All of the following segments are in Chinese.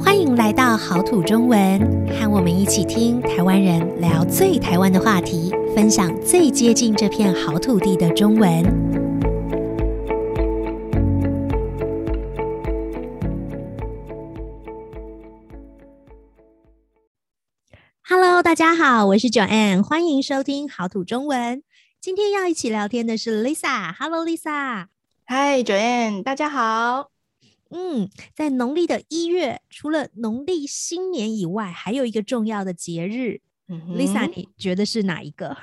欢迎来到好土中文，和我们一起听台湾人聊最台湾的话题，分享最接近这片好土地的中文。Hello，大家好，我是 Joanne，欢迎收听好土中文。今天要一起聊天的是 Lisa。Hello，Lisa。嗨，Joanne，大家好。嗯，在农历的一月，除了农历新年以外，还有一个重要的节日。嗯哼 Lisa，你觉得是哪一个？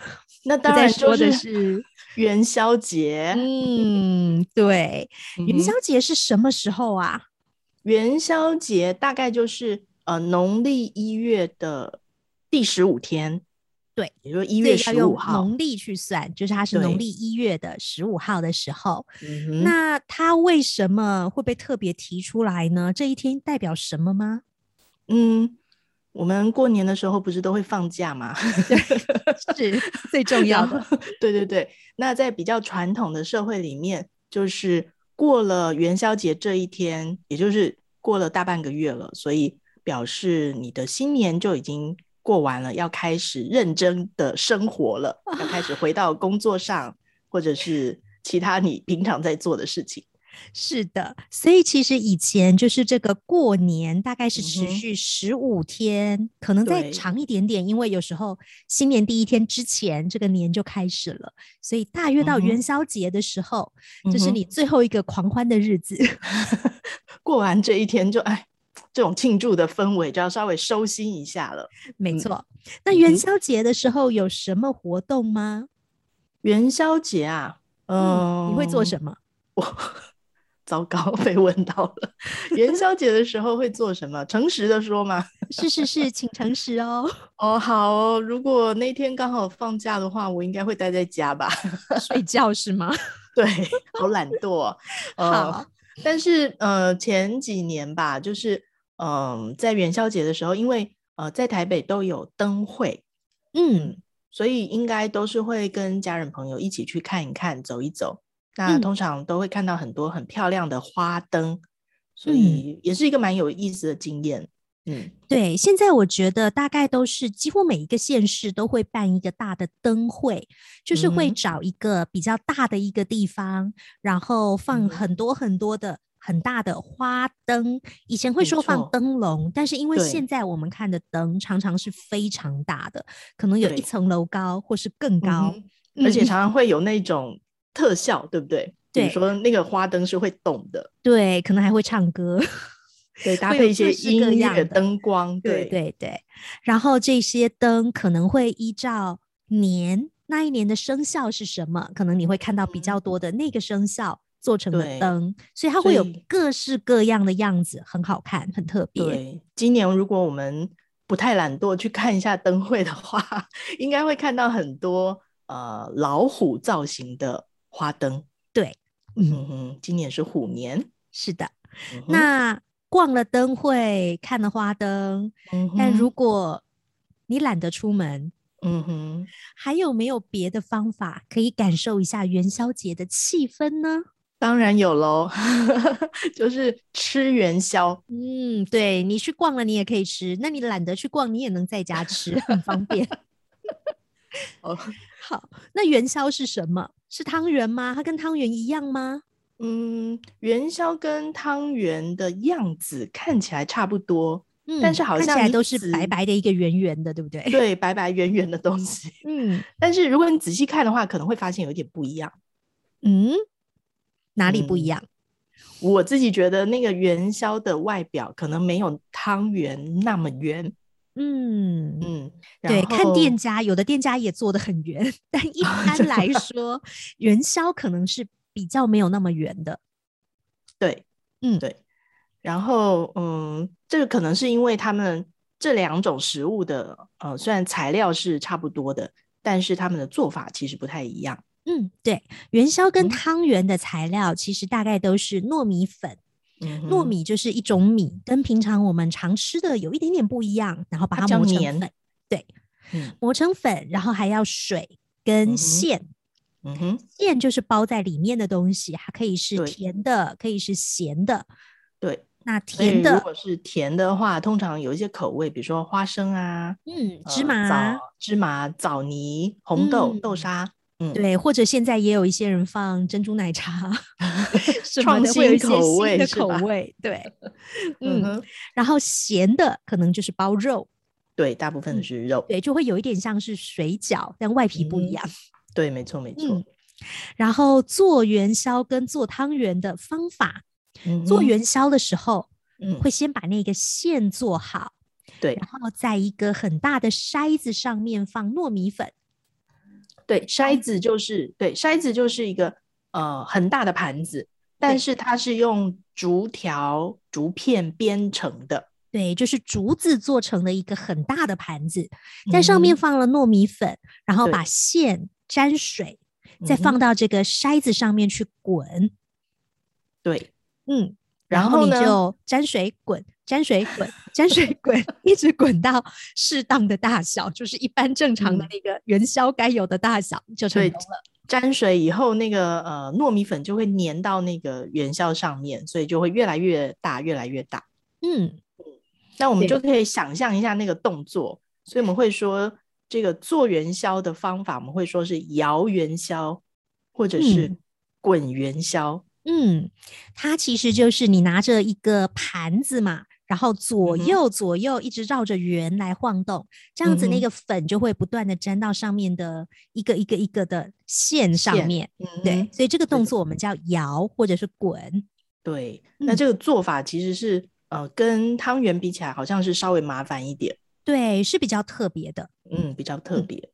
那我当在然说就的是是， 元宵节。嗯，对，元嗯宵哼节是什么时候啊？元宵节大概就是呃农历一月的第十五天，对，也就是一一月要十用五号。农历去算，就是它是农对历一月的十五号的时候。嗯哼那它为什么会被特别提出来呢？这一天代表什么吗？嗯，我们过年的时候不是都会放假吗？是最重要然的。后对对对，那在比较传统的社会里面，就是过了元宵节这一天，也就是过了大半个月了，所以表示你的新年就已经过完了，要开始认真的生活了，要开始回到工作上，或者是其他你平常在做的事情。是的，所以其实以前就是这个过年大概是持嗯哼续十五天，可能再对长一点点，因为有时候新年第一天之前这个年就开始了，所以大约到嗯哼元宵节的时候，这是嗯哼你最后一个狂欢的日子。 过完这一天就哎，这种庆祝的氛围就要稍微收心一下了。没嗯错，那嗯元哼宵节的时候有什么活动吗？元宵节啊，嗯，你会做什么？糟糕， 被问到了。元宵节的时候会做什么？ 诚实的说吗？是是是，请诚实哦。 哦，好哦，如果那天刚好放假的话，我应该会待在家吧。睡觉是吗？ 对，好懒惰 哦、呃好，但是呃，前几年吧，就是嗯、在元宵节的时候，因为呃，在台北都有灯会，嗯，所以应该都是会跟家人朋友一起去看一看、走一走。那嗯通常都会看到很多很漂亮的花灯，所嗯以也是一个蛮有意思的经验。嗯对，现在我觉得大概都是几乎每一个县市都会办一个大的灯会，就是会嗯哼找一个比较大的一个地方，然后放嗯很多很多的很大的花灯。以前会没说放错灯笼，但是因为对现在我们看的灯常常是非常大的，可能有一对层楼高或是更嗯高。哼而且嗯常常会有那种特效，对不对？对比如说那个花灯是会动的，对，可能还会唱歌。对，搭会有配一各些式各音样乐、的灯 光，对对对，然后这些灯可能会依照年那一年的生肖是什么，可能你会看到比较多的那个生肖做成的嗯对灯，所以它所会有以各式各样的样子，很好看，很特别。对。今年如果我们不太懒惰去看一下灯会的话， 应该会看到很多呃老虎造型的花灯。嗯，嗯哼，今年是虎年。是的。嗯哼那逛了灯会，看了花灯，嗯哼但如果你懒得出门，嗯哼，还有没有别的方法可以感受一下元宵节的气氛呢？当然有喽， 就是吃元宵。嗯，对你去逛了，你也可以吃。那你懒得去逛，你也能在家吃，很方 便。哦，好，那元宵是什么？是汤圆吗？它跟汤圆一样吗？嗯，元宵跟汤圆的样子看起来差不多，嗯，但是好看起像来你都是白只白的一个圆圆的，对不对？对，白白圆圆的东西。 嗯但是如果你仔细看的话，可能会发现有一点不一样。嗯，哪里不一嗯样？我自己觉得那个元宵的外表可能没有汤圆那么圆，嗯，嗯，然对，看店后哦家，有的店家也做的很圆，但一般真的来说，元宵可能是比较没有那么圆的。对，嗯对，然后嗯，这个可能是因为他们这两种食物的呃，虽然材料是差不多的，但是他们的做法其实不太一样。嗯，对，元宵跟嗯汤圆的材料其实大概都是糯米粉。嗯哼，糯米就是一种米，跟平常我们常吃的有一点点不一样，然后把它它比较磨成黏粉，对，嗯磨成粉，然后还要水嗯跟哼馅，嗯哼，馅就是包在里面的东西，它可以是对甜的，可以是咸的，对，那所以甜的如，果是甜的话，通常有一些口味，比如说花生啊、嗯，呃芝麻，枣、芝麻、枣泥、红豆、豆嗯沙，嗯，对，或者现在也有一些人放珍珠奶茶 什么创的，会有一新些口味新的是口吧味。对， 嗯嗯，哼，然后咸的可能就是包肉，对，大部分嗯是肉，对，就会有一点像是水饺，但外皮不嗯一样。对，没错，没错嗯，然后做元宵跟做汤圆的方法，嗯做哼，元宵的时候嗯，会先把那个馅做好，对然后在一个很大的筛子上面放糯米粉。对，筛子就是对，筛子就是一个呃很大的盘子，对但是它是用竹条、竹片编成的，对，就是竹子做成的一个很大的盘子，在上面嗯放了糯米粉，然后对把馅沾水，哼再嗯哼放到这个筛子上面去滚。对，嗯，然后后你呢就沾水滚，沾水滚，沾水滚，一直滚到适当的大小，就是一般正常的嗯那个元宵该有的大小就成对功了。沾水以后，那个呃糯米粉就会粘到那个元宵上面，所以就会越来越大，越来越大。嗯，那我们对就可以想象一下那个动作，所以我们会说这个做元宵的方法，我们会说是摇元宵，或者是嗯滚元宵。嗯，它其实就是你拿着一个盘子嘛，然后左嗯哼右左右一直绕着圆来晃动，这样子嗯那哼个粉就会不断的粘到上面的一个一个一个的线上线面。嗯对哼，所以这个动对作我们叫摇或者是滚。对，那嗯这个做法其实是呃跟汤圆比起来，好像是稍微麻烦一点，对，是比较特别的。嗯，比较特嗯别。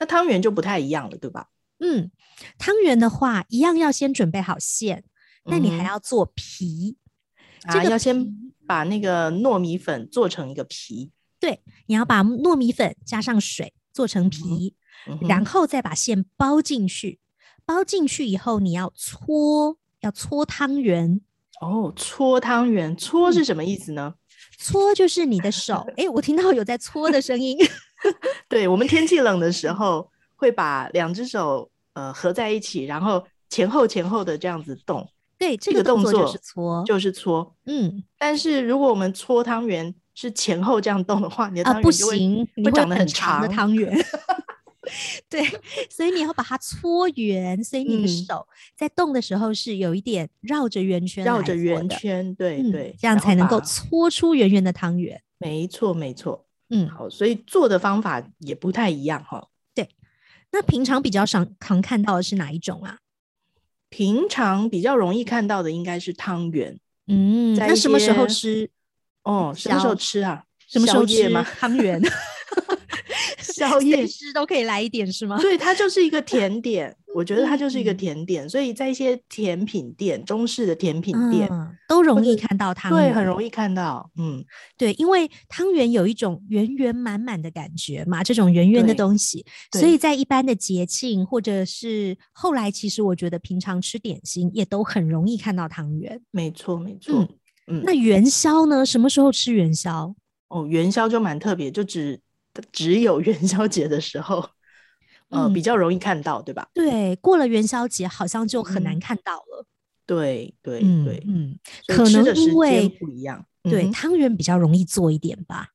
那汤圆就不太一样了，对吧？嗯，汤圆的话，一样要先准备好馅，但你还嗯要做皮。这啊，个要先皮把那个糯米粉做成一个皮，对，你要把糯米粉加上水做成皮，嗯然哼后再把馅包进去。包进去以后，你要搓，要搓汤圆。哦，搓汤圆，搓嗯是什么意思呢？搓就是你的手，哎，我听到有在搓的声音。 对我们天气冷的时候，会把两只手呃合在一起，然后前后前后的这样子动，对，这这个个动动作就作是搓。就是搓。嗯但是如果我们搓汤圆是前后这样动的话，你的啊，汤不圆就会、行，你会会长得很很长的长汤 圆。对，所以你要把它搓圆，所以你的嗯手在动的时候是有一点绕着圆圈绕来做着圆的，圈，对、嗯对，这样然后才能够把搓出圆圆的汤圆。没错没错。嗯，好，所以做的方法也不太一样哈、那平常比较常常看到的是哪一种啊？平常比较容易看到的应该是汤圆嗯，在那一什么时候些吃？哦，什么时候宵吃啊？什么时候宵夜吃吗？汤圆？ 宵随夜时都可以来一点是吗？对，它就是一个甜点，我觉得它就是一个嗯甜点，所以在一些甜品店，中式的甜品店，嗯，都容易者看到汤圆，对，很容易看到，嗯，对，因为汤圆有一种圆圆满满的感觉嘛，这种圆圆的对东西，所以对在一般的节庆或者是后来，其实我觉得平常吃点心也都很容易看到汤圆。没错，没错，嗯，那元宵呢？什么时候吃元宵？哦，元宵就蛮特别，就只只有 元宵节的时候，呃，比嗯较容易看到，对吧？对，过了元宵节好像就很难嗯看到了。对，对，嗯对，嗯，所以可吃能的时因间为不一样，对嗯哼汤圆比较容易做一点吧。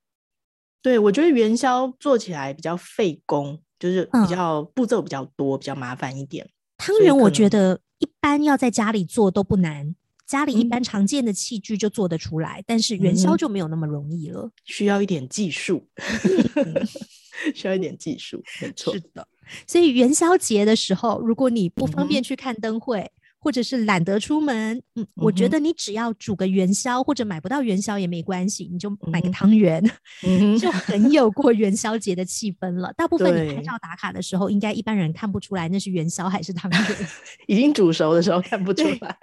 对，我觉得元宵做起来比较费工，就是嗯比较步骤比较多，比较麻烦一点，汤所以圆我可觉能得一般要在家里做都不难，家里一嗯般常见的器具就做得出来，但是元嗯宵哼就没有那么容易了。需要一点技术，嗯 需要一点技术，没错。的，所以元宵节的时候，如果你不方便嗯去看灯会，或者是懒得出门，嗯，我觉嗯哼得你只要煮个元宵，或者买不到元宵也没关系，你就买个嗯哼汤圆， 嗯就哼，很有过元宵节的气氛了。大部分你拍对照打卡的时候，应该一般人看不出来那是元宵还是汤圆。已经煮熟的时候看不出对 来，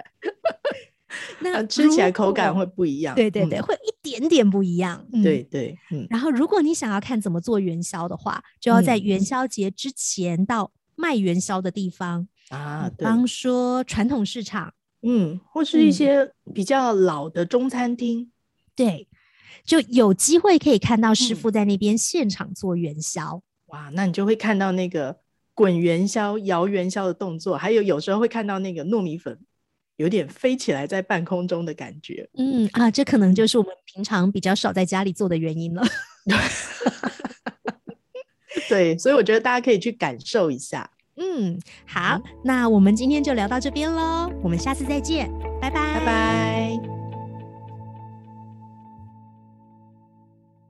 那呃吃起来如口感果会不一样。对对对，嗯会一点点不一样。嗯，对对，嗯然后，如果你想要看怎么做元宵的话，就要在嗯元宵节之前到卖元宵的地方，啊，比对，方说传统市场，嗯，或是一嗯些比较老的中餐厅，对，就有机会可以看到师嗯傅在那边现场做元宵。哇，那你就会看到那个滚元宵、摇元宵的动作，还有有时候会看到那个糯米粉有点飞起来在半空中的感觉。嗯啊，这可能就是我们平常比较少在家里做的原 因了。对，所以我觉得大家可以去感受一下。嗯，好，那我们今天就聊到这边喽，我们下次再见，拜拜，拜拜。